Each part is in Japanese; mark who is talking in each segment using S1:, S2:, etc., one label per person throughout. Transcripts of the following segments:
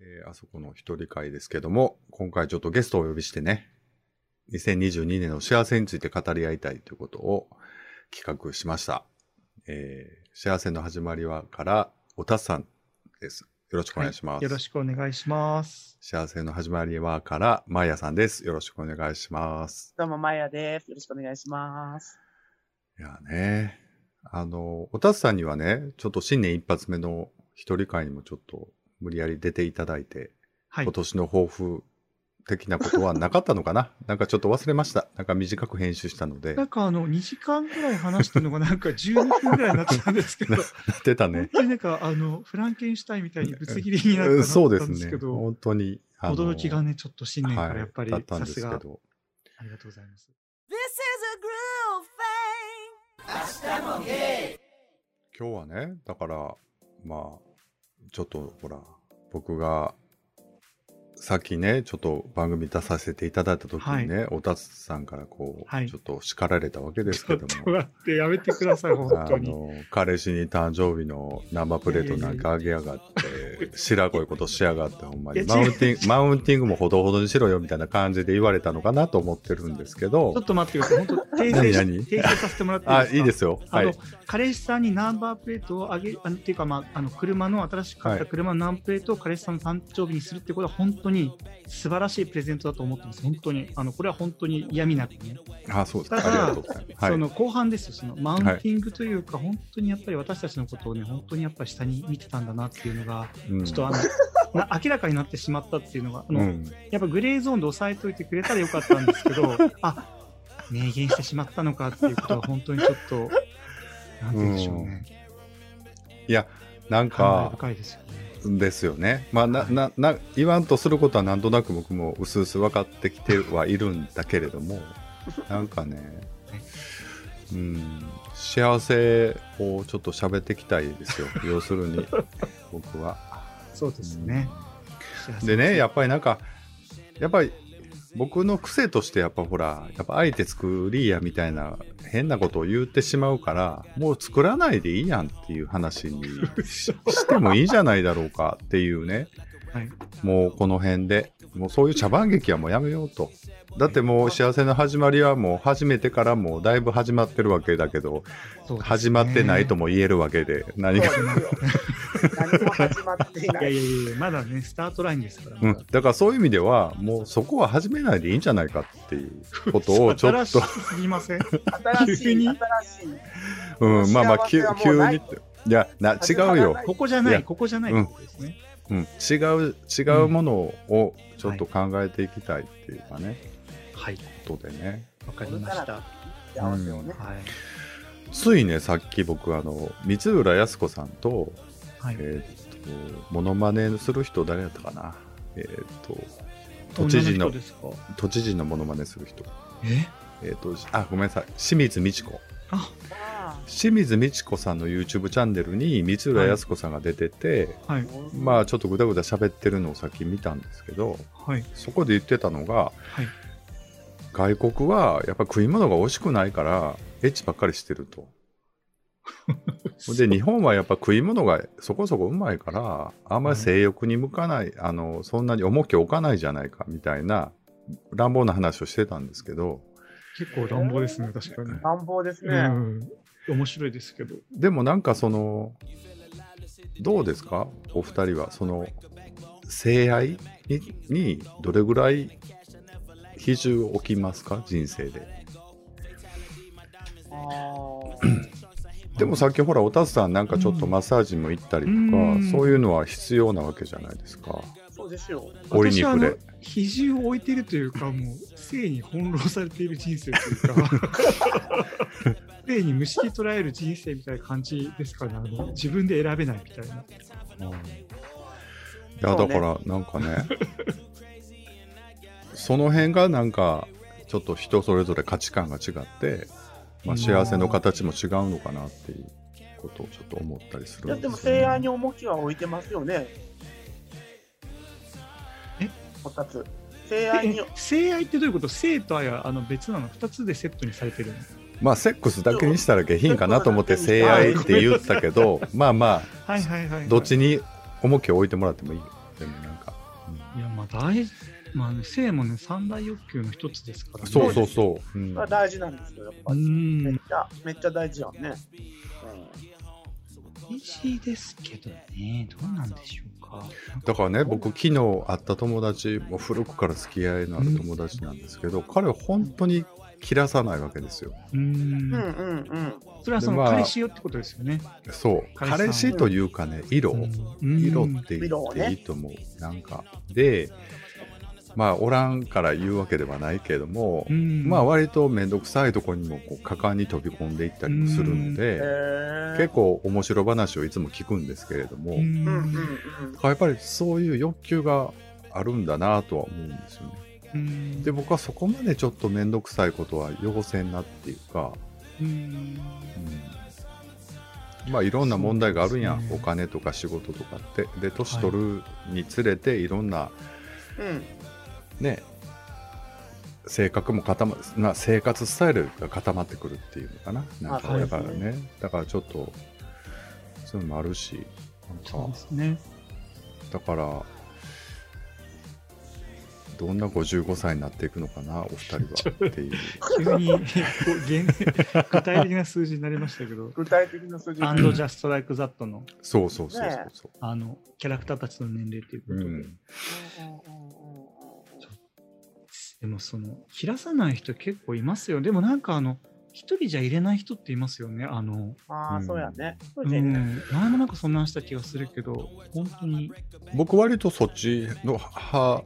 S1: えーあそこの一人会ですけども、今回ちょっとゲストをお呼びしてね、2022年の幸せについて語り合いたいということを企画しました。えー幸せの始まりはから、おたつさんです。よろしくお願いします。
S2: よろしくお願いします。
S1: 幸せの始まりはから、まやさんです。よろしくお願いします。
S3: どうも、まやです。よろしくお願いします。
S1: いやね、あの、おたつさんにはね、ちょっと新年一発目の一人会にもちょっと無理やり出ていただいて、
S2: はい
S1: 今。年の抱負的なことはなかったのかな なんかちょっと忘れました。なんか短く編集したので。
S2: な
S1: なん
S2: かあの、2時間ぐらい話してるのがなんか12分ぐらいになってたんです けど、
S1: ってた
S2: 本
S1: ね。
S2: 当になんかあの、フランケンシュタインみたいにぶつ切りになっ
S1: うん
S2: た
S1: そう
S2: なっ
S1: で
S2: たん
S1: す
S2: です
S1: ね。
S2: けど、
S1: 本当に。あの
S2: 驚きがね、ちょっと新年からやっぱり、
S1: はいだったん
S2: さ
S1: ですすけ
S2: が、あ
S1: ど。
S2: りがとうございます。
S4: This is a groove thing.
S1: 今日はねだからまあちょっとほら僕がさっきねちょっと番組出させていただいた時にね、おたつさんからこう、
S2: はい
S1: ちょっと叱られたわけです
S2: ち
S1: け
S2: ょっ
S1: ど
S2: と
S1: も。
S2: 待って、やめてください、本当
S1: あ
S2: に。
S1: の彼氏に誕生日の生プレートなんかあげやがって白こいことしやがってほんまに
S2: いや
S1: マウ
S2: 違
S1: ン
S2: う
S1: ティングマウンティングもほどほどにしろよみたいな感じで言われたのかなと思ってるんですけ
S2: ちょっ
S1: ど
S2: と待ってください、本当、訂正
S1: 何何
S2: し訂正させてもらっていい
S1: あ
S2: ですか
S1: いいですよ
S2: あ
S1: は
S2: の、
S1: い
S2: 彼氏さんにナンバープレートをあげあのっていうか、まあ、あの車の新しく買っ
S1: は
S2: た
S1: い
S2: 車のナンバープレートを彼氏さんの誕生日にするってことは本当に素晴らしいプレゼントだと思ってます本当にあのこれは本当に嫌味なくね、
S1: あそうですか
S2: た
S1: あり
S2: だ
S1: がとうございます、はい
S2: その後半ですよそのマウンティングというか、本当にやっぱり私たちのことをね本当にやっぱり下に見てたんだなっていうのが
S1: うん
S2: ちょっとあの、な明らかになってしまったっていうのがあの、
S1: うん
S2: やっぱグレーゾーンで抑えといてくれたらよかったんですけ どあ明言してしまったのかっていうことは本当にちょっとなんて言うんでしょうね、
S1: いやなん
S2: 感
S1: か
S2: 慨深いですよね。
S1: ですよね。まあ、な、
S2: はい
S1: な、な、言わんとすることはなんとなく僕も薄々分かってきてはいるんだけれど も、なんかね、うん、幸せをちょっと喋っていきたい ですよ。要するに、僕は。
S2: そうですね。幸せ
S1: でね、やっぱりなんか、やっぱり、僕の癖としてやっぱほらやっぱ相手作りやみたいな変なことを言ってしまうからもう作らないでいいやんっていう話 にししてもいいじゃないだろうかっていうね
S2: はい、
S1: もうこの辺でもうそういう茶番劇はもうやめようとだってもう幸せの始まりはもう始めてからもうだいぶ始まってるわけだけど
S2: そうですね
S1: 始まってないと。も言えるわけで何が、
S3: 何も始まっていない
S2: や
S3: い。
S2: いやいやいや、まだね、スタートラインですから。
S1: うん、だからそういう意味ではもうそこは始めないでいいんじゃないかっていうことをちょ
S2: 新
S1: っ
S2: し
S1: と、
S2: すぎません。
S3: 新し
S2: 急
S3: い、
S2: に
S3: 新しい。
S1: うん、まあまあ
S3: 幸
S1: 急
S3: せはもう
S1: 急
S3: な
S1: に
S3: い
S1: っていやな違う
S3: 始まら
S1: よ
S3: な い
S2: ここじゃ
S1: い
S2: な
S1: や
S2: い、ここじゃない
S1: うん
S2: ってことですね。
S1: うん、違う違うものをちょっと考えていきたいっていうかね、
S2: はい、
S1: ことでね
S2: わかりました。は
S3: 幸せをね。
S2: い。
S1: ついねさっき僕あの光浦靖子さんと
S2: はい。
S1: えーっとモノマネする人誰やったかなえーっと都知事
S2: 女
S1: の
S2: 人ですか
S1: 都知事のモノマネする人
S2: え
S1: えーっとあごめんなさい清水美智子
S2: あ、
S3: あ
S1: 清水美智子さんの YouTube チャンネルに光浦靖子さんが出てて、
S2: はい。
S1: まあちょっとぐだぐだ喋ってるのをさっき見たんですけど
S2: はい。
S1: そこで言ってたのが、
S2: はい
S1: 外国はやっぱ食い物が美味しくないからエッチばっかりしてる と。で日本はやっぱ食い物がそこそこうまいからあんまり性欲に向かない、あのそんなに重きを置かないじゃないかみたいな乱暴な話をしてたんですけど
S2: 結構乱暴ですね、確かに。
S3: あ、乱暴ですね。
S2: うん。面白いですけど。
S1: でもなんかそのどうですかお二人はその性愛ににどれぐらい比重を置きますか人生で
S3: あー
S1: でもさっきほらおたつさんなんかちょっとマッサージも行ったりとか、
S2: うん
S1: そういうのは必要なわけじゃないですか
S3: そうですよ。
S1: 折に
S2: 私はあ
S1: 触
S2: の
S1: れ
S2: 比重を置いているというか、もう性に翻弄されている人生とい うか、性に虫に捉える人生みたいな感じですから、あの自分で選べないみたいな。
S1: いや
S3: そ
S1: だ
S3: うね
S1: からなんかねその辺がなんかちょっと人それぞれ価値観が違って、まあ、幸せの形も違うのかなっていうことをちょっと思ったりす
S3: い
S1: る
S3: や、
S1: ん
S3: で
S1: で
S3: も、
S1: すよね
S3: 性愛に重きは置いてますよね。
S2: え
S3: こたつ。性愛に
S2: え、性愛ってどういうこと性と愛はあの別なの2つでセットにされてるの
S1: まあセックスだけにしたら下品かなと思って
S3: そうセ
S1: 性
S3: ックスだけ
S1: 愛
S3: に
S1: って言ったけどまあま
S2: はいはいはい、
S1: あどっちに重きを置いてもらってもいいよってねなんか、
S2: いや、まあ大事、まあね、性もね、三大欲求の一つですか
S1: う
S2: ら
S1: ん
S2: ね。
S1: そうそうそう、うん
S3: が大事なんですよ、やっぱ
S2: う
S3: り。めっ
S2: ん、
S3: ちゃ、めっちゃ大事やんね。
S2: 大事ですけどね、どうなんでしょうか。
S1: だからね僕昨日会った友達もう古くから付き合いのある友達なんですけど、彼は本当に切らさないわけですよ
S2: う
S3: うんん、うん、うん。
S2: それはそ
S1: で
S2: の
S1: まあ
S2: 彼氏よってことですよね。
S1: そう
S2: 彼氏さん
S1: 彼氏というかね色、
S2: うん
S1: 色って言っていいと思う、なんかでまあおらんから言うわけではないけれども、
S2: うん
S1: まあ割と面倒くさいとこにもこう果敢に飛び込んでいったりもするの
S3: へ
S1: で、
S3: ー
S1: 結構面白話をいつも聞くんですけれども、
S2: う
S3: うん、うん、
S2: ん
S3: うん。
S1: やっぱりそういう欲求があるんだなとは思うんですよね。
S2: うん
S1: で僕はそこまでちょっと面倒くさいことは汚せんなっていうか、
S2: うん
S1: うんまあいろんな問題があるや、
S2: そうんですね
S1: お金とか仕事とかってで年取るにつれていろんな、
S3: うん、
S1: ね性格も固まな生活スタイルが固まってくるっていうのかななん
S3: あ
S1: か
S3: はい
S1: だからねだからちょっとそういうのもあるし
S2: そ
S1: な
S2: うんで
S1: か
S2: すね。
S1: だからどんな55歳になっていくのかなお二人はって いう
S2: 急にこう現具体的な数字になりましたけど、
S3: 具体的な数字。
S2: アンドジャストライクザットの
S1: そうそうそうそう
S3: ね
S1: そ
S2: あのキャラクターたちの年齢というこ
S1: う、
S2: とで、
S1: うん、
S3: うんうんうんうん
S2: でもその切らさない人結構いますよ。でもなんかあの一人じゃ入れない人っていますよね。あの、
S3: あ
S1: う
S3: あ、
S1: ん
S3: そうやね。そううじゃね。
S2: ん、前もなんかそんな話した気がするけど、本当に。
S1: 僕割とそっちの派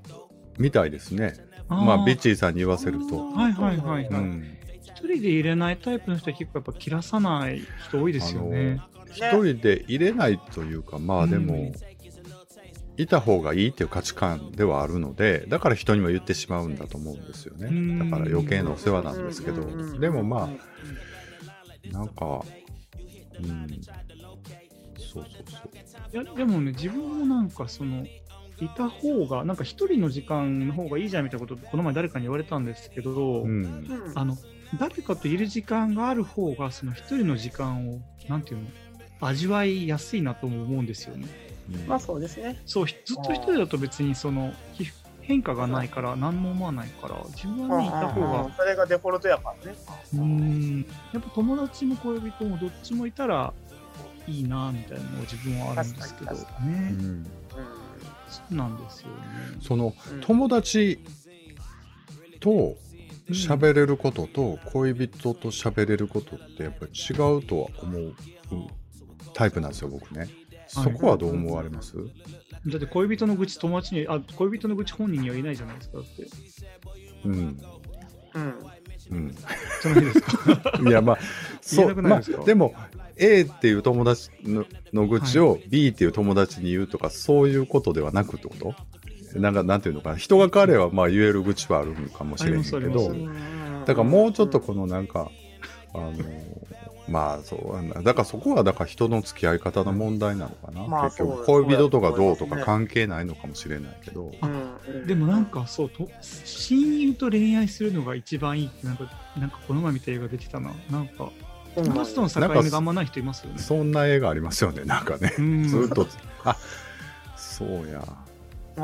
S1: みたいですね
S2: あー
S1: まあビッチーさんに言わせると、
S2: はいはいはいうはい。
S1: ん、
S2: 一人で入れないタイプの人は結構やっぱ切らさない人多いですよね。
S1: 一人で入れないというかまあでも、
S2: うん
S1: いた方がいいっていう価値観ではあるのでだから人にも言ってしまうんだと思うんですよね、
S2: うん
S1: だから余計なお世話なんですけど、
S3: うんうんうんうん
S1: でもまあなんかうんそうそうそう
S2: いやでもね自分もなんかそのいた方がなんか一人の時間の方がいいじゃんみたいなことこの前誰かに言われたんですけど、
S1: うん
S3: うん
S2: あの誰かといる時間がある方がその一人の時間をなんていうの味わいやすいなとも思うんですよね。
S3: まあ、そうですね。
S2: そうひずっと一人だと別にそのひ変化がないから何も思わないから自分はねいた方
S3: うんうんうん
S2: が
S3: それがデフォルトやからね。
S2: うーんやっぱ友達も恋人もどっちもいたらいいなみたいなのが自分はあるんですけど
S3: 確
S1: う
S2: ね。
S1: ん
S3: うん
S2: そうなんですよね。
S1: その
S3: うん
S1: 友達と喋れることと恋人と喋れることってやっぱり違うとは思うタイプなんですよ僕ねそこはどう思われます、
S2: だって恋人の愚痴友達にあ恋人の愚痴本人には言えないじゃないですかだって
S1: うん
S3: うん
S1: うん
S2: じゃないですか
S1: いやまあ
S2: 言え
S1: そ
S2: な
S1: う
S2: くない
S1: ま
S2: ですか
S1: あでも A っていう友達のの愚痴を B っていう友達に言うとか、そういうことではなくってことなんかなんていうのかな人が変わればまあ言える愚痴はあるのかもしれへんけ
S2: ありますあ
S1: ど
S2: りま
S1: だからもうちょっとこのなんかあのまあそうなんだだからそこはだから人の付き合い方の問題なのかな、
S3: まあ
S1: 結局
S3: そう
S1: 恋人とかどうと
S3: そうです
S1: か
S3: ね
S1: 関係ないのかもしれないけど、
S3: うん、う ん
S2: でもなん、かそうと親友と恋愛するのが一番いいってなんかなんかこの前見た映画出てたななんか
S3: うん
S2: 友達との境目があんまない人いますよね
S1: そんな絵がありますよねなんかね、
S2: うん
S1: ずっとあそうや
S3: うん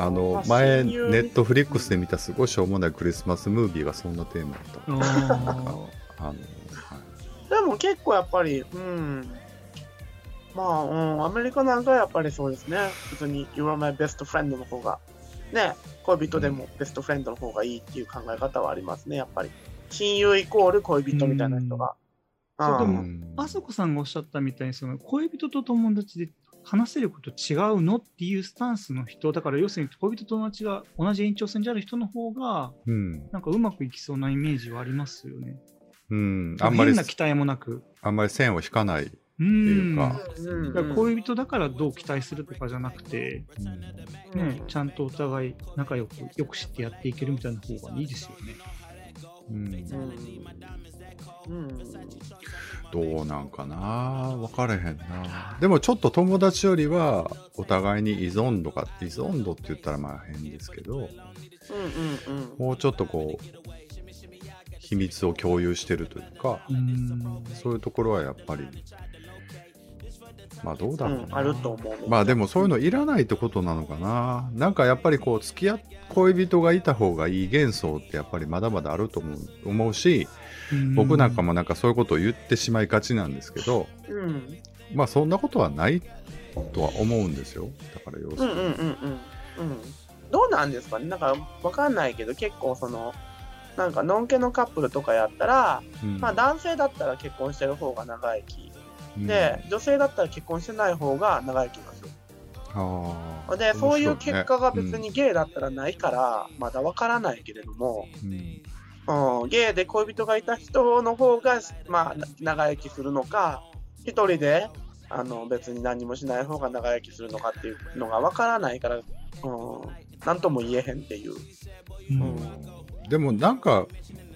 S1: あの
S3: まあ
S1: 前ネ
S3: 親友
S1: ットフリックスで見たすごいしょうもないクリスマスムービーがそんなテーマだった
S2: あー
S1: あの、はい
S3: でも結構やっぱり、うん。まあ、うん、アメリカなんかはやっぱりそうですね。普通に、You're my best friend の方が、ね、恋人でもベストフレンドの方がいいっていう考え方はありますね、やっぱり。親友イコール恋人みたいな人が。
S2: うんそうで
S1: う
S2: も
S3: ん
S1: ん
S2: あそこさんがおっしゃったみたいにその恋人と友達で話せること違うのっていうスタンスの人だから要するに恋人と友達が同じ延長線じゃある人の方が
S1: うん、
S2: なんかうまくいきそうなイメージはありますよね
S1: うん、あんまり
S2: 変な期待もなく
S1: あんまり線を引かない、
S2: う
S1: て
S2: ん
S1: いうか
S3: うん
S2: だから恋人だからどう期待するとかじゃなくて、ね、ちゃんとお互い仲良くよく知ってやっていけるみたいな方がいいですよね。
S1: うん
S3: うんうん
S1: どうなんかな分かれへんなでもちょっと友達よりはお互いに依存度が依存度って言ったらまあ変ですけど
S3: うんうん
S1: もうちょっとこう秘密を共有してるというか
S2: うん
S1: そういうところはやっぱりまあどう
S3: う
S1: だろうな、
S3: ん、あると思う。
S1: まあでもそういうのいらないってことなのかな。なんかやっぱりこう付き合っ恋人がいた方がいい幻想ってやっぱりまだまだあると思う思うし、僕なんか
S2: も。
S1: もなんかそういうことを言ってしまいがちなんですけど、
S3: うん、
S1: まあそんなことはないとは思うんですよ。だから要す
S3: うん、うん、うん、
S1: る
S3: うん
S1: に。、
S3: うん。どうなんですかね、なんかわかんないけど、結構その。なんかのんけのカップルとかやったら、
S1: うん
S3: まあ男性だったら結婚してる方が長生き。
S1: うん
S3: で、女性だったら結婚してない方が長生きなんですよ。
S1: あー
S3: で、そういう結果が
S1: 面
S3: 別
S1: 白いね
S3: にゲイだったらないから、まだわからないけれども。
S1: うんうん
S3: うん、ゲイで恋人がいた人の方が、まあ、な長生きするのか、一人であの別に何もしない方が長生きするのかっていうのが分からないから、うん、なんとも言えへんっていう。
S2: うん
S1: でもなんか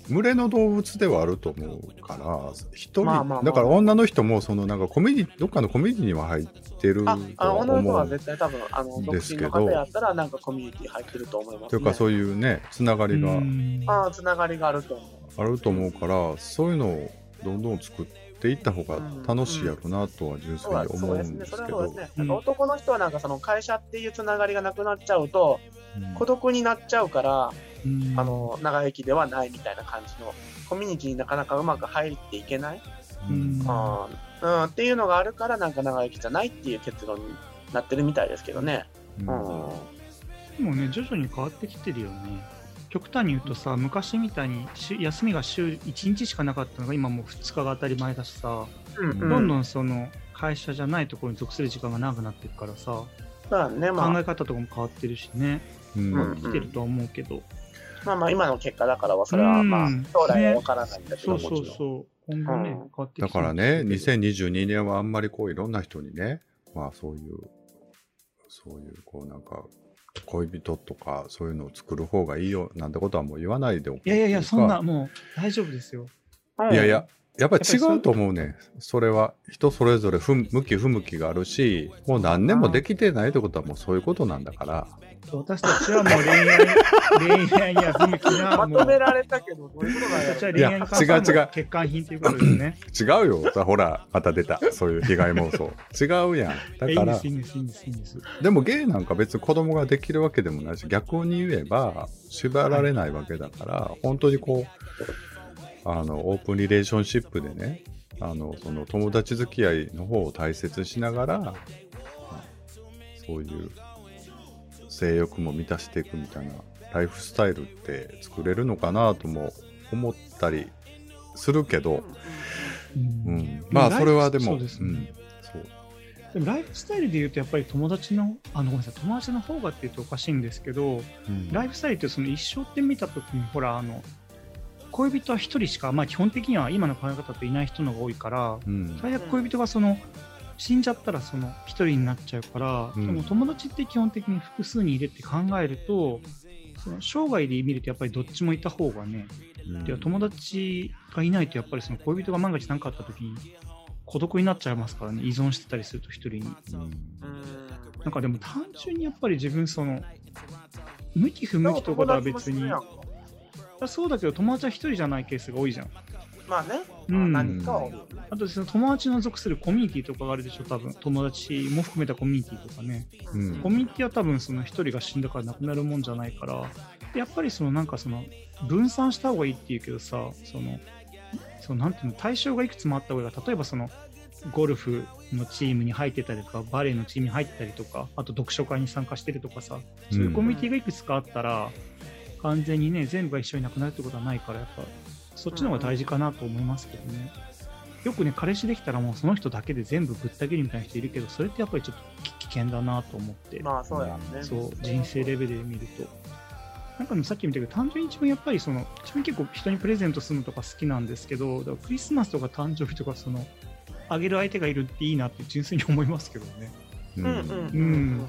S1: 群れの動物ではあると思うから一人、
S3: まあまあまあ
S1: だから女の人もそのなんかコミュニどっかのコミュニティには入ってると
S3: あ
S1: は、
S3: あの女の人
S1: 思
S3: は
S1: う
S3: 絶対多分、あの、独
S1: です
S3: 身
S1: けど
S3: の方やったら、なんかコミュニティ入ってると思います、ね。
S1: というかそういうねつながりが
S2: うん
S3: ああ、つながりがあると思
S1: あると思うから、そういうのをどんどん作っていった方が楽しいやろなとは純粋
S3: う。そうだ
S1: に
S3: そ
S1: 思
S3: う
S1: う
S3: です
S1: ん
S3: ね。
S1: です
S3: そ
S1: け
S3: れは
S1: ど
S3: そうですね。
S2: うん
S3: なんか男の人はなんかその会社っていうつながりがなくなっちゃうと、
S1: うん
S3: 孤独になっちゃうから、
S2: うん
S3: あの長生きではないみたいな感じのコミュニティになかなかうまく入っていけない、
S1: うん
S3: あーうん、っていうのがあるからなんか長生きじゃないっていう結論になってるみたいですけどね。
S1: うん
S3: うん
S2: でもね、徐々に変わってきてるよね。極端に言うとさ、昔みたいに週休みが週1日しかなかったのが、今もう2日が当たり前だしさ、
S3: うんう
S2: どん
S3: ん
S2: どんその会社じゃないところに属する時間が長くなっていくからさ、
S3: そうだねま
S2: 考え
S3: あ、
S2: 方とかも変わってるしね、
S1: うん
S3: うん
S2: 来てるとは思うけど、
S3: まあまあ今の結果だからはそれはまあ
S2: うん
S3: 将来はわからないんだけ
S2: そ
S3: ど
S2: う
S3: も
S2: そう
S3: ちろん。
S2: そう、今後ね、
S3: うん
S2: 変わってきて
S1: だ
S2: る
S1: からね2022年はあんまりこういろんな人にねまあそういうそういうこうなんか恋人とかそういうのを作る方がいいよなんてことはもう言わないでおこう
S2: いやいやいや、そんな、もう大丈夫ですよ。
S3: うん
S1: いやいや、やっぱり違うと思うね。それは人それぞれ不向き不向きがあるし、もう何年もできてないってことはもうそういうことなんだから。
S2: 私たちはもう恋愛、恋愛や不向きな、
S3: ま
S2: もう
S3: とめられたけどどういうことなん
S2: 私
S3: や
S2: たち は
S3: ろう
S2: 恋愛に関して
S1: いや違う違
S2: は
S1: う
S2: 欠陥品ということですね。
S1: 違うよ。さほら、また出た。そういう被害妄想。違うやん。
S2: い
S1: だ
S2: やい
S1: か
S2: いんで
S1: ら
S2: す、い、いんです、いいんです、いいんです。
S1: でもゲイなんか別に子供ができるわけでもないし、逆に言えば縛られないわけだから、本当にこう、あの、オープンリレーションシップでね、あの、その友達付き合いの方を大切にしながら、まあそういう性欲も満たしていくみたいなライフスタイルって作れるのかなとも思ったりするけど、
S2: う
S1: う
S2: ん
S1: ん、まあそれはでも、
S2: そうですね
S1: んそう
S2: でもライフスタイルで言うとやっぱり友達のあのごめんなさい友達の方がって言うとおかしいんですけど、
S1: うん
S2: ライフスタイルってその一生って見た時にほらあの恋人は一人しか、まあ、基本的には今の考え方っていない人の方が多いから
S1: うん
S2: 最悪恋人がその死んじゃったらその一人になっちゃうから、
S1: うん
S2: でも友達って基本的に複数にいるって考えるとその生涯で見るとやっぱりどっちもいた方がね
S1: うん
S2: で友達がいないとやっぱりその恋人が万が一何かあった時に孤独になっちゃいますからね依存してたりすると一人に。
S1: うん
S3: うん
S2: なんかでも単純にやっぱり自分その向き不向きとかとは別にそうだけど友達は一人じゃないケースが多いじゃん
S3: まあね、
S2: うん
S3: 何人かはおるよね
S2: あとその友達の属するコミュニティとかがあるでしょ多分友達も含めたコミュニティとかね
S1: うん
S2: コミュニティは多分その一人が死んだからなくなるもんじゃないからでやっぱりそのなんかその分散した方がいいっていうけどさそのそのなんていうの対象がいくつもあった方が例えばそのゴルフのチームに入ってたりとかバレーのチームに入ってたりとかあと読書会に参加してるとかさそういうコミュニティがいくつかあったら、完全にね全部が一緒になくなるってことはないからやっぱそっちの方が大事かなと思いますけどね、よくね彼氏できたらもうその人だけで全部ぶった切るみたいな人いるけどそれってやっぱりちょっとき危険だなと思って、
S3: まあそうやね。
S2: そう人生レベルで見るとなんかでもさっき見たけど単純に一番やっぱりその自分結構人にプレゼントするのとか好きなんですけどだからクリスマスとか誕生日とかそのあげる相手がいるっていいなって純粋に思いますけどね
S1: うん
S3: うんうんうんうん。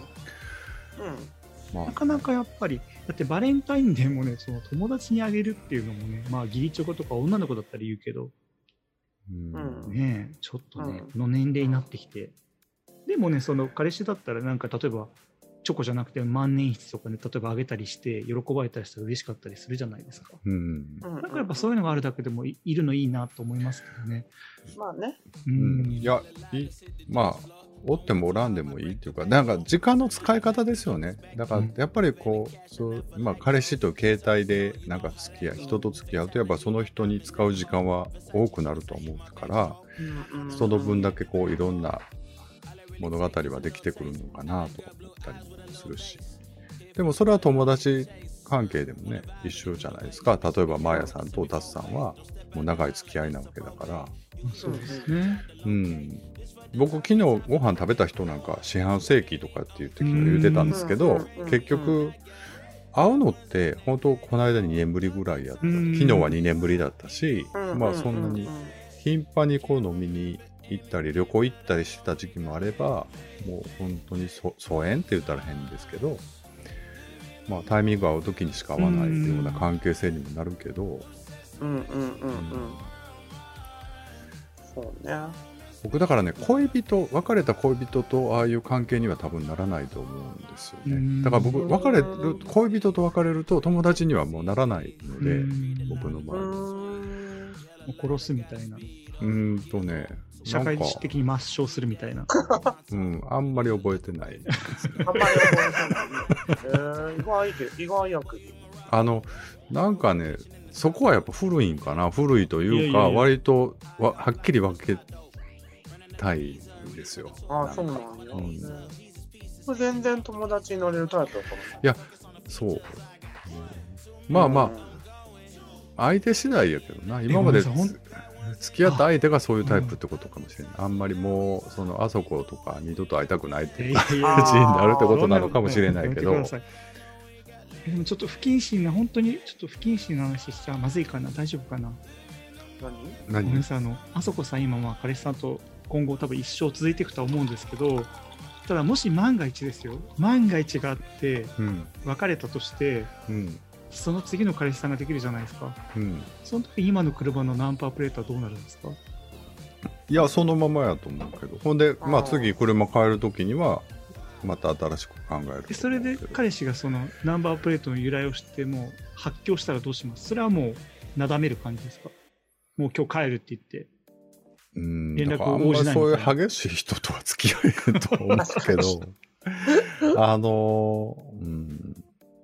S1: まあ
S2: なかなかやっぱり、だってバレンタインデーもね、その友達にあげるっていうのもね、まあ、義理チョコとか女の子だったら言うけど、
S1: うん
S3: うん
S2: ねえ、ちょっとね、
S3: うん
S2: この年齢になってきて。でもね、その彼氏だったら、なんか例えば、チョコじゃなくて万年筆とかね、例えばあげたりして、喜ばれたりしたら嬉しかったりするじゃないですか。
S1: うん
S3: うん
S2: なんかやっぱそういうのがあるだけでもいいるのいいなと思いますけどね。
S3: まあね。
S2: う。
S1: うんんいやいまあおってもおらんでもいいっていうかなんか時間の使い方ですよねだからやっぱりこうそう、まあ、彼氏と携帯でなんか付き合い人と付き合うとやっぱその人に使う時間は多くなると思うから
S3: うんうん
S1: その分だけこういろんな物語はできてくるのかなと思ったりもするしでもそれは友達関係でもね一緒じゃないですか例えばマーヤさんとタツさんはもう長い付き合いなわけだから。
S2: そうですね。
S1: うん、僕昨日ご飯食べた人なんか四半世紀とかって言って昨日言ってたんですけ
S3: うん
S1: ど
S3: うんうんうん
S1: 結局会うのって本当この間2年ぶりぐらいやった
S2: う
S1: 昨
S2: ん
S1: 日は2年ぶりだったし
S3: ううう
S1: まあそんなに頻繁にこう飲みに行ったり旅行行ったりしてた時期もあればもう本当にそ疎遠って言ったら変ですけど、まあ、タイミング合う時にしか会わないような関係性にもなるけど。
S3: うんうんうんうんそうね
S1: 僕だからね恋人別れた恋人とああいう関係には多分ならないと思うんですよ
S2: うん
S1: ねだから僕別れる恋人と別れると友達にはもうならないので
S2: うん
S1: 僕の
S3: う
S1: 場合は
S3: ーん
S2: もう殺すみたいな。
S1: うーんとね
S2: 社会
S1: なんか
S2: 知的に抹消するみたいな。
S1: うんあんまり覚えてない
S3: あんまり覚えてないねえー意外で意外やけど
S1: あのなんかねそこはやっぱ古いんかな古いという
S2: いや
S1: か
S2: いやいや
S1: 割とわはっきり分けたいんですよ
S3: あ
S1: なん
S3: そうなん
S1: か
S3: や、
S1: うん
S3: これ全然友達になれるタイプだと思う
S1: そう、うんまあまあ、相手次第やけどな今まで
S2: ごめんなさい
S1: 付き合った相手がそういうタイプってことかもしれないあんまりもうそのあそことか二度と会いたくないっていう
S2: い
S3: や
S1: 感じになるってことなのかもしれないけ
S2: や
S1: ど
S2: めてくださいえでもちょっと不謹慎な、本当にちょっと不謹慎な話しちゃまずいかな、大丈夫かな。
S3: 何
S2: ごめん
S1: 何
S2: なさい、あの、あそこさん、今、まあ、彼氏さんと今後、多分一生続いていくとは思うんですけど、ただ、もし万が一ですよ、万が一があって、
S1: うん
S2: 別れたとして、
S1: うん
S2: その次の彼氏さんができるじゃないですか。
S1: うん
S2: その時、今の車のナンパープレートはどうなるんですか
S1: いやそのままやと思うけどほんでまあ次車変える時にはまた新しく考える
S2: でそれで彼氏がそのナンバープレートの由来を知ってもう発狂したらどうしますそれはもうなだめる感じですかもう今日帰るって言って
S1: うん
S2: 連絡
S1: だからあん
S2: 応
S1: ま
S2: じ
S1: り
S2: ない
S1: そうい
S2: みたいう
S1: 激しい人とは付き合えると思うけ どあのうん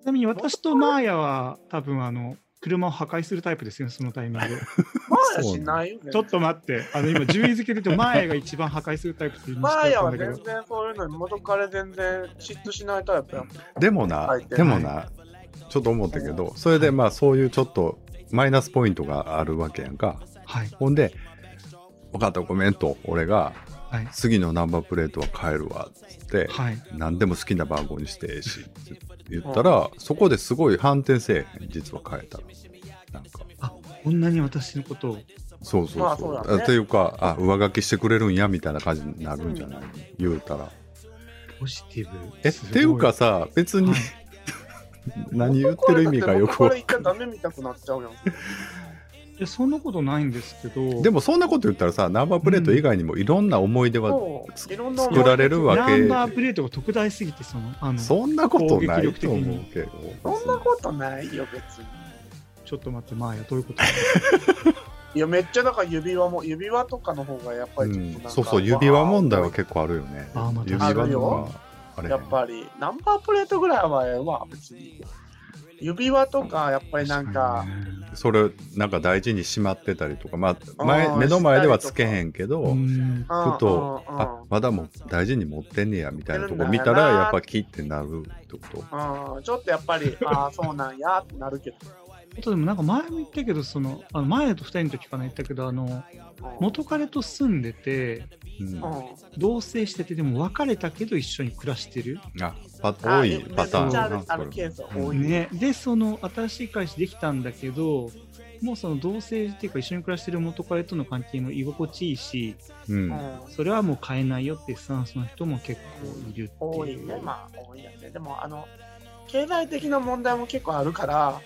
S2: ちなみに私とマーヤは多分あの車を破壊するタイプですよねそのタイミング で
S3: マーヤしないよね
S2: ちょっと待ってあの今順位付けで言うとマーヤが一番破壊するタイプって言いま
S3: マ
S2: し
S3: ーヤ
S2: たん
S3: は
S2: だけ
S3: 全
S2: ど
S3: 然そういうのに元彼全然嫉妬しないタイプやもん
S1: でもな
S3: はい、
S1: でもな、ちょっと思ったけど、それでまあそういうちょっとマイナスポイントがあるわけやんか。
S2: はい
S1: ほんで、分かった、ごめんと、俺が
S2: はい
S1: 次のナンバープレートは変えるわっつって、
S2: はい
S1: 何でも好きな番号にしてええしって言ったら、そこですごい反転せえへん、実は変えたら。なんか
S2: こんなに私のことを
S1: そうそうそう。
S3: まあそうだね
S1: あというかあ、上書きしてくれるんやみたいな感じになるんじゃない、言うたら。
S2: ポジティブ
S1: え、っ
S2: すご
S1: ていうかさ、別に、
S2: はい
S1: 何言ってる意味がよくわ
S3: これ言っちゃダメみたくなっちゃうやん
S2: いやそんなことないんですけど
S1: でもそんなこと言ったらさナンバープレート以外にもいろんな思い出は、
S3: そういろんな思い
S1: 作られるわけ
S2: ナンバープレートが特大すぎてそのあの
S1: そんなことないと思うけど
S3: そんなことないよ別に
S2: ちょっと待ってマーヤどういうこと
S3: いやめっちゃだから指輪も指輪とかの方がやっぱ
S1: う
S3: りちょっと
S1: ん
S3: なんか
S1: そうそう指輪問題は結構あるよね
S2: あーまあ
S1: 指
S2: 確か
S1: 輪
S2: に
S1: のはあれ
S3: やっぱりナンバープレートぐらいはええわ別に指輪とかやっぱりなんか
S1: それなんか大事にしまってたりとか、まあ、
S3: あ
S1: 前
S3: ー
S1: 目の前ではつけへんけど、
S2: うん
S1: ふと、
S3: うんうんうん
S1: あまだもう大事に持ってんねやみたいなとこ
S3: 持って
S1: 見
S3: るん
S1: た
S3: だよな
S1: らやっぱキってなるってこと
S3: うん、ちょっとやっ ぱり、ああ、そうなんやってなるけど。
S2: あとでもなんか前も言ったけどそのあの前と2人の時かな言ったけどあの
S3: うん
S2: 元彼と住んでて
S1: うん
S3: うん、
S2: 同棲しててでも別れたけど一緒に暮らしてる、
S1: あパ
S3: あ
S1: 多いパター
S3: め
S1: ン
S3: っちゃ
S1: だ
S3: ある
S1: な
S3: ある
S1: それ
S3: ケース多い。
S2: ね、でその新しい彼氏できたんだけどもうその同棲っていうか一緒に暮らしてる元彼との関係も居心地いいし
S1: うん
S3: うん、
S2: それはもう変えないよってスタンスの人も結構いる
S3: 多
S2: って
S3: い
S2: いう
S3: ね、まあ、多いやね。でも、あの、経済的な問題も結構あるから、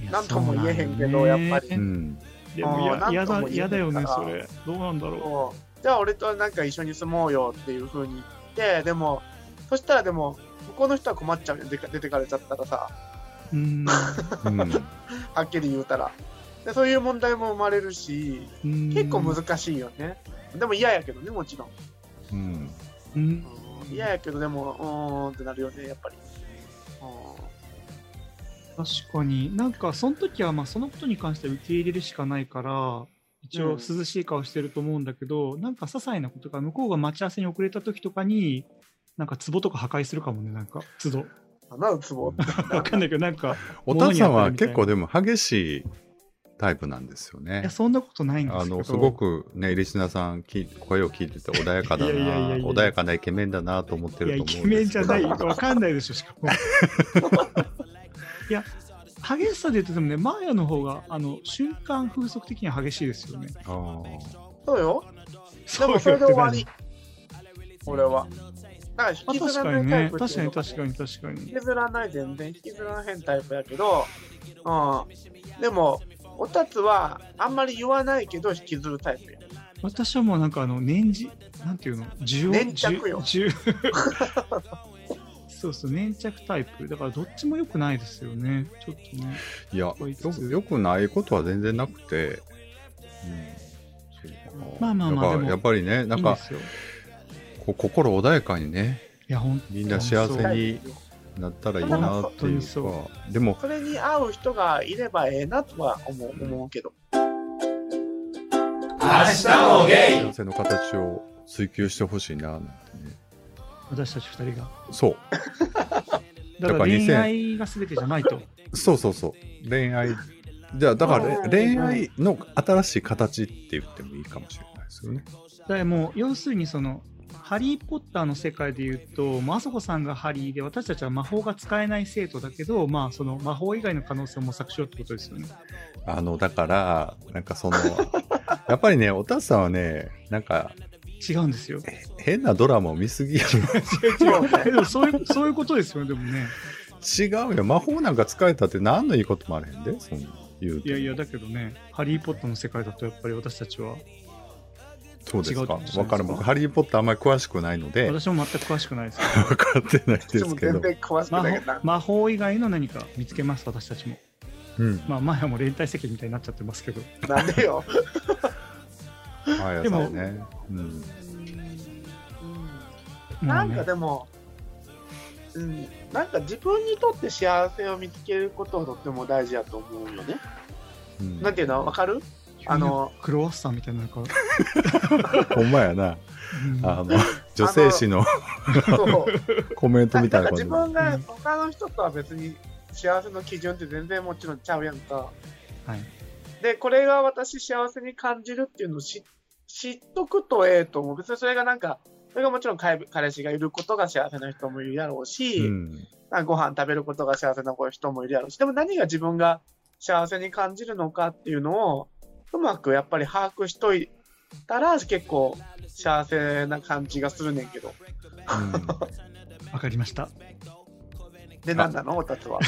S2: いや
S3: なんとも言えへんけど
S2: そうなん
S3: やっぱり
S1: うん
S2: でも
S3: あー
S2: やや
S3: なんと
S2: だ
S3: も言えへ
S2: や
S3: ん
S2: だよね
S3: から
S2: それどうなんだろ
S3: そうじゃあ俺となんか一緒に住もうよっていう風に言って、でも、そしたらでも、向こうの人は困っちゃうよ、でか出てかれちゃったらさ、
S2: ううん
S1: うん
S3: はっきり言うたら。でそういう問題も生まれるし、結構難しいよね。でも嫌やけどね、もちろん。
S1: うん
S2: うん
S3: うん嫌やけどでもうーんってなるよねやっぱりう
S2: 確かになんかその時はまあそのことに関しては受け入れるしかないから一応涼しい顔してると思うんだけど、なんか些細なことが向こうが待ち合わせに遅れた時とかになんか壺とか破壊するかもねなんか都度
S3: ん穴のツボ
S2: わかんないけどなんか
S1: おたんさんは結構でも激しいタイプなんですよ
S2: いや
S1: ね。
S2: そんなことないんです
S1: あ
S2: けど
S1: のすごくね、リスナーさん聞い、声を聞いてて穏やかだな、
S2: いやいやいやいや
S1: 穏やかなイケメンだなと思って
S2: いや
S1: ると
S2: イ
S1: 思
S2: ケ
S1: うん
S2: メ
S1: で
S2: ン
S1: す
S2: じ
S1: け
S2: ゃ
S1: ど
S2: ないわかんないでしょしかも いや激しさで言っててもねマーヤの方があの瞬間風速的には激しいですよね
S1: あー
S3: そうよ で
S2: そう
S3: もそれで終わ
S2: よって
S3: り俺はだから
S2: 何
S3: 引き
S2: あ確
S3: ずら
S2: か
S3: ない
S2: に
S3: タ
S2: ね
S3: イプって
S2: 確か
S3: い
S2: に
S3: うの
S2: 確かに確かに
S3: 引きずらない全然引きずらへんタイプやけどうんでもおたつはあんまり言わないけど引きずるタイプや
S2: 私はもうなんかあの年次なんていうの需要
S3: 粘着よ
S2: 需需 そうそう粘着タイプだからどっちも良くないですよねちょっとね
S1: いやよ
S2: こいつ
S1: く、よくないことは全然なくて、うんそう
S2: まあまあ
S1: だ
S2: まあ
S1: か
S2: で
S1: ら
S2: も
S1: やっぱりね、なん
S2: いい
S1: か
S2: ですよ
S1: こう心穏やかにね、
S2: いや本
S1: みんな幸せ
S2: 当
S3: タ
S2: に
S3: イ
S1: に
S3: プよ
S1: なったらいいなっていうか
S2: そ、
S1: でも、
S3: それに合う人がいればええなとは思う思うけど
S1: 幸せの形を追求してほしいななんてね。
S2: 私たち二人が
S1: そう。
S2: だ
S1: だ
S2: か
S1: から
S2: ら恋
S1: 2000
S2: 愛が全てじゃないと
S1: そうそうそう恋愛じゃあだから
S3: あー
S1: 恋愛の新しい形って言ってもいいかもしれないですよね
S2: だからもう要するにその「ハリー・ポッター」の世界で言うとまああそこさんがハリーで私たちは魔法が使えない生徒だけどまあその魔法以外の可能性を模索しようってことですよね
S1: あのだからなんかそのやっぱりねおたさんはねなんか
S2: 違うんですよ
S1: 変なドラマを見すぎや
S2: えでもそういうそういうことですよねでもね
S1: ろ違うよ魔法なんか使えたって何のいいこともあれへんでそんな言うと
S2: いやいやだけどね「ハリー・ポッター」の世界だとやっぱり私たちは
S1: そうです
S2: 違う
S1: か
S2: ってことですか
S1: わからん僕ハリー・ポッターあんまり詳しくないので
S2: 私も全く詳しくないですよ
S1: 分かってないで
S3: でも
S1: すけ
S3: 全
S1: ど
S3: 然詳しく
S2: 魔
S3: ないけ
S2: 法
S3: どな
S2: 魔法以外の何か見つけます私たちも
S1: うん
S2: まあ前はもう連帯責任みたいになっちゃってますけど
S3: なんでよ
S1: あやさんねうん
S2: も
S3: な
S2: うんね
S3: かでも、うん、なんか自分にとって幸せを見つけることはとっても大事だと思うよね。
S1: うん
S3: なんていうのわかるあの、
S2: クロワッサンみたいななんか、
S1: ほんまやな
S2: うん
S1: あの女性誌の
S3: そう
S1: コメント
S3: な
S1: み
S3: ん
S1: たいな
S3: か
S1: 感じ
S3: 自分
S2: う
S3: が
S2: ん
S3: 他の人とは別に幸せの基準って全然もちろんちゃうやんか。
S2: はい、
S3: で、これが私幸せに感じるっていうのを知知っとくとええと思う。別にそれがなんか、それがもちろん彼彼氏がいることが幸せな人もいるやろうし、
S1: うん
S3: なんかご飯食べることが幸せな人もいるやろうし、でも何が自分が幸せに感じるのかっていうのを、うまくやっぱり把握しといたら、結構幸せな感じがするねんけど。
S2: わかりました
S3: で、なんなのおたつは。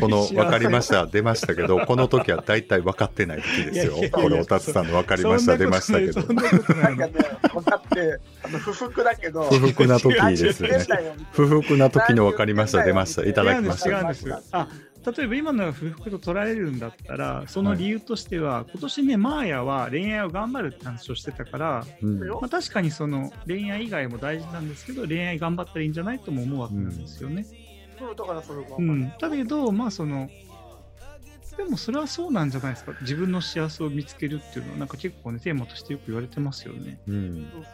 S1: この
S2: 幸せ
S1: 分かりました出ましたけどこの時は大体分かってない時ですよ
S2: いやいやいや
S1: これおたつさんの分かりました出ましたけど
S2: そんなことな
S3: ないん
S2: そ
S3: か
S2: んなこ
S3: ね、分かって、あの、不服だけど、
S1: 不服な時ですよ
S3: 何言
S1: ね
S3: ってんだよみたい
S1: 不服な時の分かりました出ましたいた
S2: と
S1: だ
S2: ない違う
S1: き
S2: んで
S1: まし
S2: す
S1: た
S2: 違うんですあ例えば今のが不服と取られるんだったらその理由としては、今年ねマーヤは恋愛を頑張るって話をしてたから、
S1: うん
S2: まあ、確かにその恋愛以外も大事なんですけど恋愛頑張ったらいいんじゃないとも思うわけなんですよね、
S3: なそうだからそれが
S2: うんだけどまあそのでもそれはそうなんじゃないですか自分の幸せを見つけるっていうのはなんか結構ねテーマとしてよく言われてますよね
S1: うん
S3: そうそう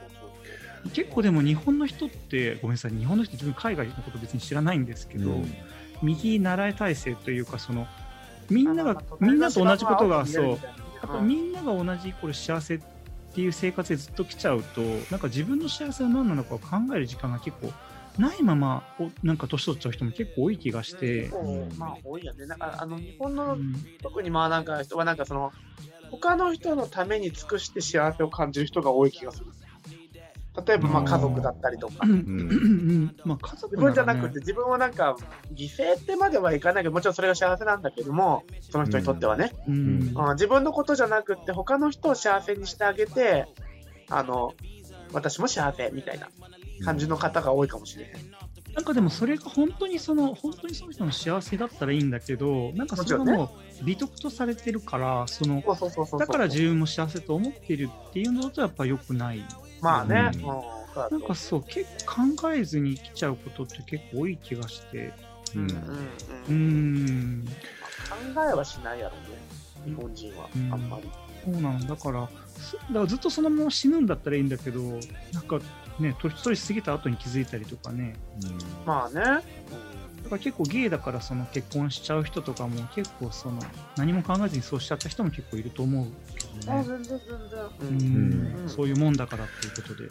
S3: そう
S2: 結構でも日本の人ってごめんなさい日本の人自分海外のこと別に知らないんですけど、
S1: うん
S2: 右習い体制というかそのみんな
S3: ま
S2: が
S3: あまあ
S2: みんなと同じことが
S3: 隣の
S2: そ
S3: 人
S2: うや
S3: が
S2: っ
S3: 青
S2: ぱ
S3: く見
S2: みんなが同じイコール幸せっていう生活でずっと来ちゃうとなんか自分の幸せは何なのかを考える時間が結構ないままおなんか年取っちゃう人も結構多い気がして
S3: えるみたいな。結構まあ、多いよね。なんか、あの、日本
S2: う
S3: の
S2: ん
S3: 特にまあなんか人はなんかその他の人のために尽くして幸せを感じる人が多い気がする例えばまあ
S2: うん
S3: 家族だったりとか
S1: うん
S2: うんまあ家族なら
S3: 自分じゃなくて
S2: ね
S3: 自分はなんか犠牲ってまではいかないけどもちろんそれが幸せなんだけどもその人にとってはね、
S2: うん
S3: うん自分のことじゃなくって他の人を幸せにしてあげてあの私も幸せみたいな感じの方が多いかもしれない、
S2: なんかでもそれが本当にその本当にその人の幸せだったらいいんだけどなんかそれがもう美徳とされてるからその
S3: そうそうそうそう
S2: だから自分も幸せと思ってるっていうのだとやっぱ良くない
S3: まあね、
S1: う
S3: うんんことだと
S2: なんかそう結構考えずに来ちゃうことって結構多い気がして
S1: う
S3: うん
S1: ん
S2: う
S3: う
S2: ー
S3: ん、
S2: ん
S3: 考えはしないやろね日本人は
S2: うん
S3: あんまり、
S2: そうなんだからすだからずっとそのまま死ぬんだったらいいんだけどなんかね年取り過ぎた後に気づいたりとかね
S3: まあ
S2: だ
S3: ね、
S2: から結構ゲイだからその結婚しちゃう人とかも結構その何も考えずにそうしちゃった人も結構いると思うけ
S3: うん、
S2: ど
S3: あ
S2: ね。
S3: 全然全然、う
S2: うんん
S3: うん
S2: そういうもんだからっていうことで、
S1: い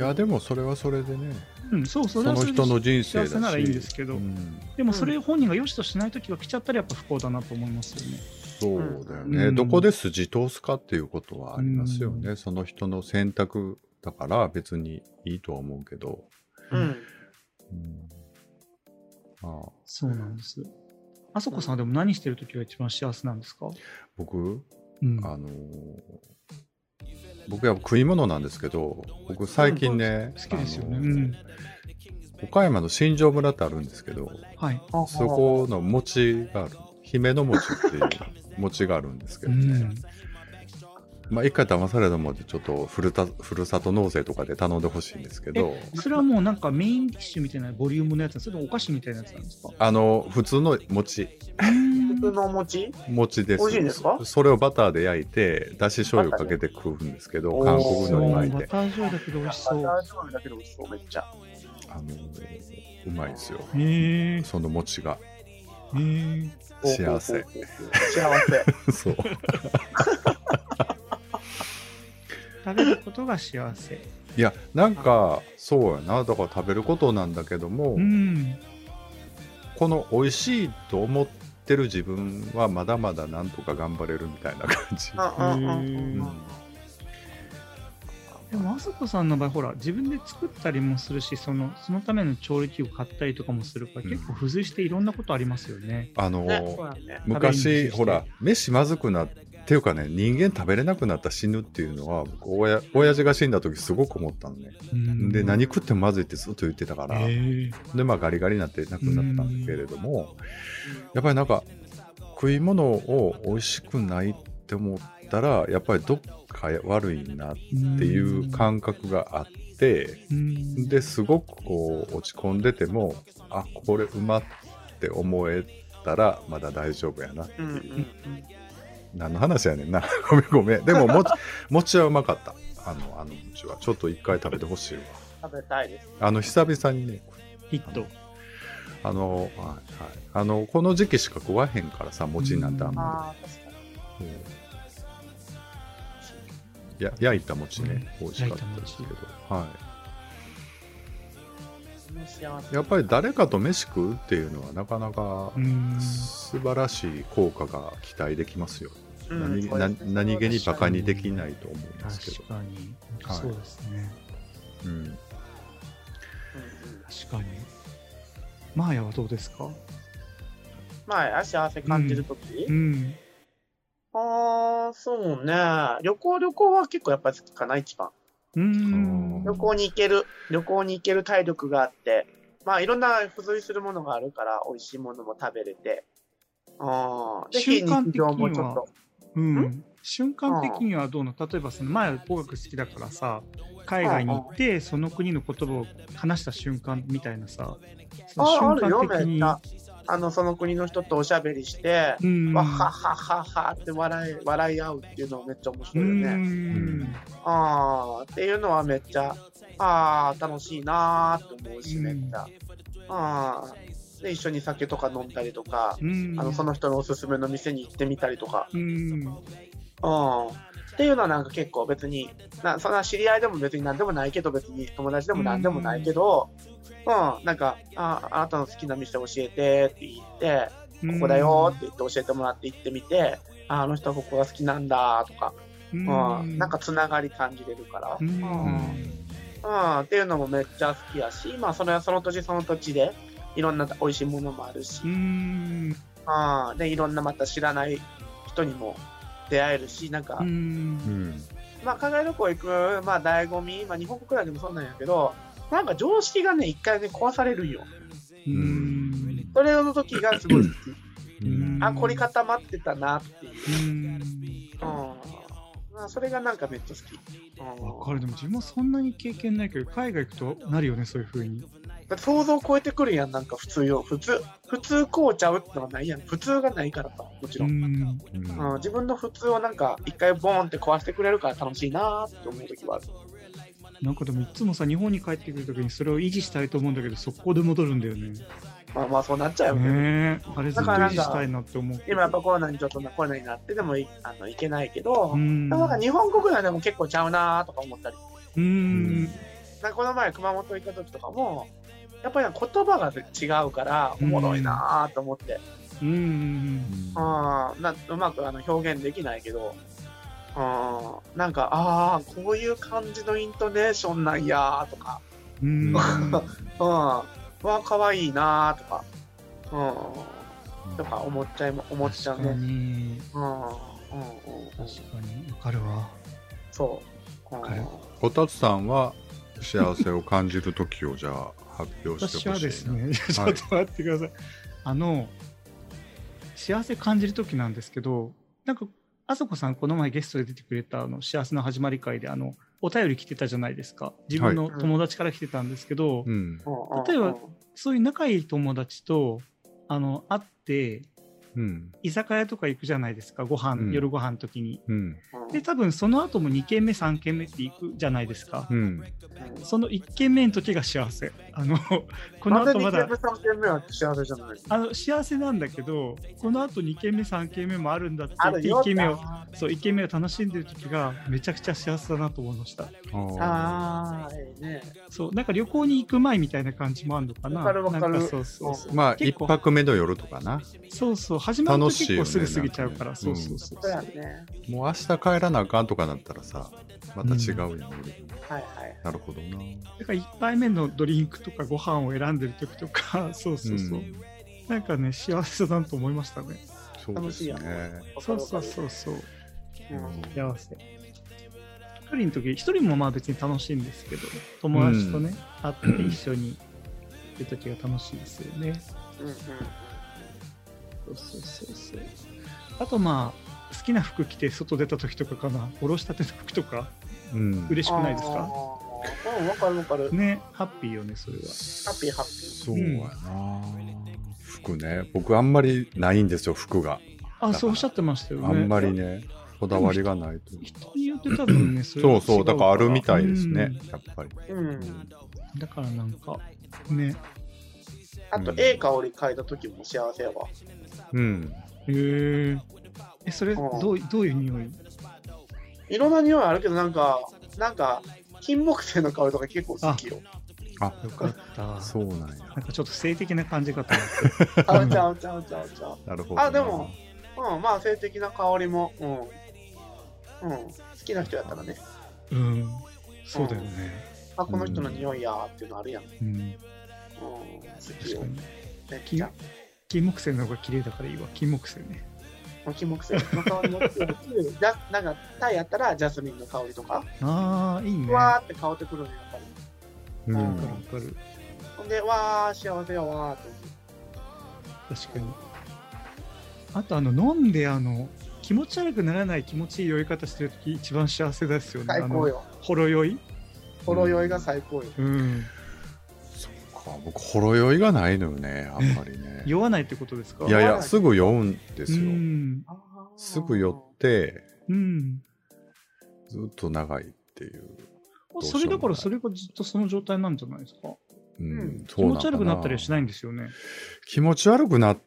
S1: やでもそれはそれでね
S2: うん、そう
S1: そ
S2: それは
S1: の
S2: それで
S1: 人の人生
S2: 幸
S1: だし
S2: せならいいんですけど、
S1: うん
S2: でもそれ本人が良しとしない時が来ちゃったらやっぱ不幸だなと思いますよね。
S1: そうだよね、
S2: うん
S1: どこで筋通すかっていうことはありますよね、その人の選択だから別にいいとは思うけど、
S3: うん
S1: うんまあ
S2: そうなんです。あそこさんはでも何してる時が一番幸せなんですか？
S1: 僕
S2: うん。
S1: あのー僕は食い物なんですけど僕最近ね、
S2: 好きですよね。
S1: あ
S2: う
S1: のー
S2: ん。
S1: 岡山の新庄村ってあるんですけど
S2: はい。
S3: あ
S1: そこの餅がある姫の餅っていう餅があるんですけ
S2: う
S1: どね、
S2: ん。
S1: まあ一回騙されたもんでちょっとふるたふるさと納税とかで頼んでほしいんですけど
S2: それはもうなんかメインディッシュみたいなボリュームのやつなんですか、それともお菓子みたいなやつなんですか？
S1: あの普通の餅
S3: 普通のお餅
S1: 餅です
S3: 美味しいんですか
S1: それをバターで焼いてだし醤油かけて食うんですけど
S3: バター
S1: 韓
S3: で
S1: 国の
S2: そうバ
S1: に巻いて
S2: ター醤油だけど美味しそう。
S3: バター醤油だけで美味しそうめっちゃ
S1: あのうまいですよ
S2: へえ。へ
S1: その餅が
S2: え。
S1: 幸せ
S3: ほうほうほうほう幸せ
S1: そう
S2: 食べることが幸せ。
S1: いやなんかそうやなだから食べることなんだけども、
S2: うん。
S1: この美味しいと思ってる自分はまだまだなんとか頑張れるみたいな感じ、
S3: うんうんう
S1: う
S3: んうん
S1: ん
S2: でもあさこさんの場合ほら自分で作ったりもするしそのそのための調理器具買ったりとかもするから
S1: うん
S2: 結構付随していろんなことありますよね。
S1: あの
S3: ねそうやね
S2: 食べれ
S1: 昔
S2: るのに
S1: ほら飯まずくなっていうかね人間食べれなくなったら死ぬっていうのは僕親親父が死んだ時すごく思ったのね
S2: うん
S1: で何食ってもまずいってずっと言ってたから、
S2: へえ
S1: でまあガリガリになってなくなったんだけれども、やっぱりなんか食い物を美味しくないって思ったらやっぱりどっか悪いなっていう感覚があって、
S2: うん
S1: ですごくこう落ち込んでてもあこれうまって思えたらまだ大丈夫やな
S3: うんうんうん
S1: 何の話やねんな ごめんごめんでももち 餅はうまかったあのあの餅はちょっと一回食べてほしいわ
S3: 食べたいです
S1: あの久々にね
S2: ヒット。
S1: あの、はいはい、あのこの時期しか食わへんからさ餅なんてあんま
S3: ああ確か
S1: り、
S3: に
S1: うんや焼いた餅ね美味しかったですけど
S2: 焼い、
S1: は
S3: その幸せ
S1: い、やっぱり誰かと飯食うっていうのはなかなか
S2: うん
S1: 素晴らしい効果が期待できますよ、
S3: うん
S1: 何
S3: そうですね
S1: な何気にバカにでき
S3: 確か
S1: ないと思うんですけど
S2: 確、かに
S1: はい
S2: そうですね、
S1: うん、
S3: にうんうん
S2: 確かに。マーヤはどうですか？
S3: まあ幸せ感じるとき、
S2: うん。
S3: ああ、そうね。旅行、旅行は結構やっぱり好きかな、一番。
S2: うん。
S3: 旅行に行ける、旅行に行ける体力があって、まあいろんな付随するものがあるから、美味しいものも食べれて。ああ、で、
S2: 習
S3: 非
S2: 慣
S3: 日
S2: 的には
S3: 常もちょっと。
S2: うん、瞬間的にはどうなの例えばその前語学好きだからさ海外に行ってその国の言葉を話した瞬間みたいなさその
S3: ああるよ、
S2: 瞬間
S3: め
S2: 的
S3: っ
S2: に
S3: ちゃ。あの、その国の人とおしゃべりして、
S2: うん
S3: わっはっはっはっはって笑い、笑い合うっていうのめっちゃ面
S2: う
S3: 白いよね。
S2: ん
S3: あーっていうのはめっちゃ、あー楽しいなーって思うし、
S2: うん
S3: めっちゃ。あーで、一緒に酒とか飲んだりとか、
S2: うん
S3: あの、その人のおすすめの店に行ってみたりとか、
S2: うん
S3: うん。っていうのはなんか結構別に、なそんな知り合いでも別に何でもないけど、別に友達でも何でもないけど、うん、なんか、ああなたの好きな店教えてって言って、ここだよって言って教えてもらって行ってみて、ああの人はここが好きなんだとか、
S2: うん
S3: うん、なんかつながり感じれるから
S2: う。ん
S3: うん、っていうのもめっちゃ好きやし、まあ、それはその土地その土地で、いろんな美味しいものもあるし、
S2: うん
S3: うん、で、いろんなまた知らない人にも出会えるし、なんか、
S2: うん
S1: うん
S3: まあ、海外旅行行く、まあ、醍醐味、まあ、日本国内でもそうなんやけど、なんか常識がね、一回ね、壊されるんよ。
S2: うん
S3: それの時がすごい好き。
S1: うん
S3: あ、凝り固まってたなっていう。
S2: うん
S3: うん。まあ、なそれがなんかめっちゃ好き、うん
S2: わかるでも自分はそんなに経験ないけど海外行くとなるよねそういう風に
S3: だって想像を超えてくるやんなんか普通よ普通普通こうちゃうってのはないやん普通がないからさもち
S2: う
S3: ろん、
S2: ん
S1: うん
S3: うん、自分の普通をなんか一回ボーンって壊してくれるから楽しいなーって思う時はある
S2: なんかでもいつもさ日本に帰ってくる時にそれを維持したいと思うんだけど速攻で戻るんだよねね
S3: まあまあそうなっちゃうよね
S2: えあれずっ
S3: だ
S2: と
S3: からなん
S2: 維
S3: か
S2: 持したいなって思う
S3: 今やっぱコロナにちょっとなコロナになってでもいあのいけないけど、
S2: うん
S3: でもなんか日本国内でも結構ちゃうなーとか思ったり
S2: うん
S3: なんかこの前熊本行った時とかもやっぱり言葉が違うからおもろいなーと思って、
S2: うん
S3: あーなうまくあの表現できないけど、あーなんか、ああ、こういう感じのイントネーションなんやーとか、
S2: うん
S3: うん、わあ、かわいいなーとか、うん、とか思っちゃいま、 思っちゃう
S2: 確か
S3: ね。
S2: に
S3: うん、うん、うん、うん
S2: 確かにわかるわ
S3: そう。うん
S2: わかる
S1: こたつさんは幸せを感じる時をじゃあ発表してほし
S2: 私
S1: いな
S2: はですねちょっと待ってください、あの幸せ感じる時なんですけどなんかあそこさんこの前ゲストで出てくれたあの幸せの始まり会であのお便り来てたじゃないですか自分の友達から来てたんですけど、
S1: うん
S3: うん
S2: 例えば
S3: うん
S2: そういう仲いい友達とあの会って
S1: うん
S2: 居酒屋とか行くじゃないですかご飯、
S1: うん
S2: 夜ご飯の時に
S1: うん
S3: うん
S2: で多分その後も2軒目3軒目って行くじゃないですか、
S1: うん
S2: その1軒目の時が幸せあのこの
S3: まだ
S2: 後ま
S3: 2
S2: だ
S3: 軒目、3軒目は幸せじゃない。
S2: あの幸せなんだけどこのあと2軒目3軒目もあるんだって
S3: あ
S2: 言って1軒
S3: るよ
S2: 目をそう1軒目を楽しんでる時がめちゃくちゃ幸せだなと思いました
S1: あ
S3: ああ、ええね。
S2: そうなんか旅行に行く前みたいな感じもあるのかな
S3: わかるわか
S2: な
S3: る
S2: んそうそうそ
S1: ーまあ一
S2: 結構
S1: 泊目の夜とかな
S2: うそうそう始まると
S1: 楽しい
S2: 結
S1: よ
S2: 構
S1: ね
S2: すぐ過ぎちゃうから
S1: なんか
S2: そ
S1: ね
S2: うそうそう
S3: そうやね。
S1: もう明日帰らなあかんとかなったらさまた違うやん、俺
S3: はいはい。
S1: なるほどな
S2: だから1杯目のドリンクとかご飯を選んでる時とかそうそうそう、
S1: ん
S2: なんかね幸せだなと思いましたね
S1: そうですね
S2: そうそうそうそう
S3: うん
S2: 幸せ一人の時一人もまあ別に楽しいんですけど友達とね、会って一緒にいる時が楽しいですよね
S3: うんうん
S2: そうそうそうそうあとまあ好きな服着て外出た時とかかなおろしたての服とか
S1: うん
S2: 嬉しくないです
S3: あ
S2: か
S3: ーうん、わかるわかる。
S2: ねハッピーよねそれは
S3: ハッピーハッピー。
S1: そうやな、服ね僕あんまりないんですよ服が
S2: あそうおっしゃってましたよね
S1: あんまりねこだわりがないと
S2: 人によって多分ねそれは
S1: そ
S2: 違
S1: うそうだからあるみたいですね、やっぱり
S3: うん、
S2: うんだからなんかね
S3: あと、
S1: うん
S3: ええ香り嗅いだ時も幸せやわ。
S1: うん
S2: へーえそれ
S3: うん
S2: どういどういう匂い
S3: いろんな匂いあるけど、なんか、なんか、金木犀の香りとか結構好きよ。
S1: あ
S2: よかった
S1: そうなんや
S2: なんかちょっと性的な感じかと思っ
S3: ちゃうちゃうちゃうちゃうちゃう。
S1: なるほどな
S3: あでもうん、まあ、性的な香りも、うん。うん、好きな人やったらね、
S2: た。うん。そうだよね。
S3: あ、この人の匂いやーっていうのあるやん。う
S2: う
S3: ん、
S2: ん。
S3: 好き
S2: 確
S3: よ
S2: か。に。
S3: めっちゃ。
S2: 金木犀の方が綺麗だからいいわ。金木犀ね。
S3: 金木犀の香りも 好きだし、ジャなんか、タイやったらジャスミンの香りとか、
S2: ああ、いいね。
S3: ふわーって香ってくるのやっぱり。
S1: う
S2: わ
S1: ん
S2: かるわかる。
S3: ほんで、わー、幸せやわーって
S2: 確かに。あと、あの、飲んで、あの、気持ち悪くならない気持ちいい酔い方してるとき一番幸せですよね。
S3: 最高
S2: あの、
S3: よ。
S2: ほろ酔い
S3: ほろ酔いが最高よ。
S2: うん。
S1: そっか僕ほろ酔いがないのよねあんまりね
S2: 酔わないってことですか
S1: いやいやすぐ酔うんです
S2: う
S1: よ
S2: ん。
S1: すぐ酔って
S2: うん。
S1: ずっと長いっていううしよう
S2: そ
S1: もない
S2: れだから、それがずっとその状態なんじゃないですか。
S1: うん、
S3: うん
S2: 気持ち悪くなったりはし
S1: い
S2: ないんですよね。
S1: 気持ち悪くなっ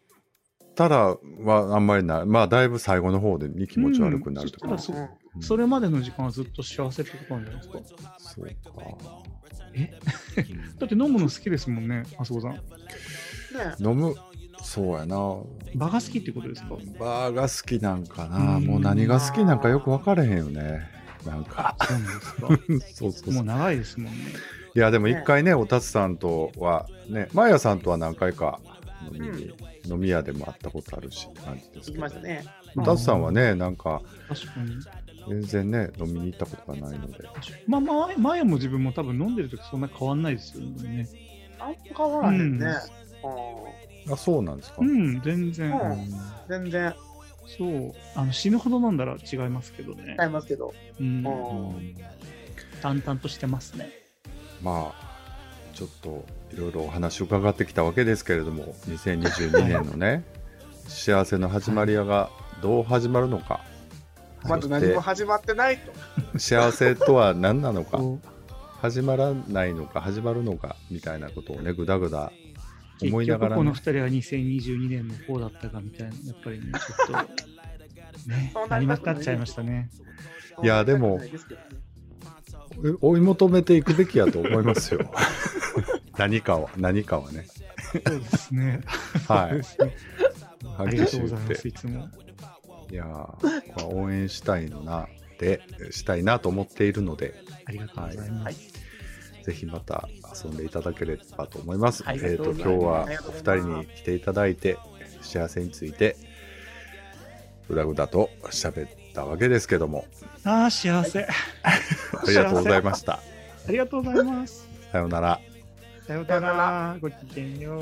S1: たらはあんまりないまあだいぶ最後の方でに気持ち悪くなるとか、
S2: うんそしたらそれまでの時間はずっと幸せってことなんじゃないですか。
S1: そうか
S2: えだって飲むの好きですもんね、あそこさん。
S3: ね
S1: 飲むそうやな
S2: 場が好きってことですか
S1: バーが好きなんかな、
S2: うん
S1: もう何が好きなんかよく分からへんよねなんか
S2: そうなんですか。も
S1: そうそうそう
S2: う長いですもんね。
S1: いやでも一回ねおたつさんとはねマヤさんとは何回か飲み,、飲み屋でも会ったことあるしって感じです
S3: 行
S1: け
S3: き
S1: ど
S3: ましたね。
S1: おたつさんはねなんか
S2: 確かに。
S1: 全然ね飲みに行ったことがないので
S2: まあ、前前も自分も多分飲んでる時そんな変わんないですよね。
S3: あんま変わらへんね。うん
S1: あそうなんですか、
S2: うん、全然。
S3: うん全然。
S2: そうあの死ぬほど飲んだら違いますけどね、
S3: 買いますけど。
S2: うん
S3: うん
S2: 淡々としてますね
S1: まあちょっといろいろお話伺ってきたわけですけれども2022年のね幸せの始まりやがどう始まるのか、
S3: まだ何も始まってないと。
S1: 幸せとは何なのか
S2: こ
S1: 始まらないのか始まるのかみたいなことをねぐだぐだ
S2: う
S1: 思
S2: 結
S1: いなが
S2: 局
S1: ら
S2: こ
S1: ね、
S2: の2人は2022年のこうだったかみたいなやっぱり ねちょっとね
S3: そうな
S2: な
S3: り
S2: り
S3: ま
S2: ますく
S3: よね
S2: なっちゃいましたね
S1: いやでもえ追い求めていくべきやと思いますよ 何かは何かはね
S2: そうですね
S1: はい
S2: そうですね あ
S1: は
S2: り
S1: っ
S2: が
S1: き
S2: と
S1: り
S2: うご
S1: 言っ
S2: ざいます
S1: て
S2: いつも
S1: いやーこれは応援したいなでしたいなと思っているので
S2: ありがとうございます、
S3: はい
S1: ぜひまた遊んでいただければと思います。
S2: はい
S1: えーと
S2: あり
S1: 今
S2: が
S1: 日
S2: とう
S1: は
S3: ございます
S1: お二人に来ていただいて幸せについてぐだぐだと喋ったわけですけど も
S2: ああ幸せ
S1: ありがとうございました。
S2: ありがとうございます
S1: さようなら。
S2: さようならごきげんよう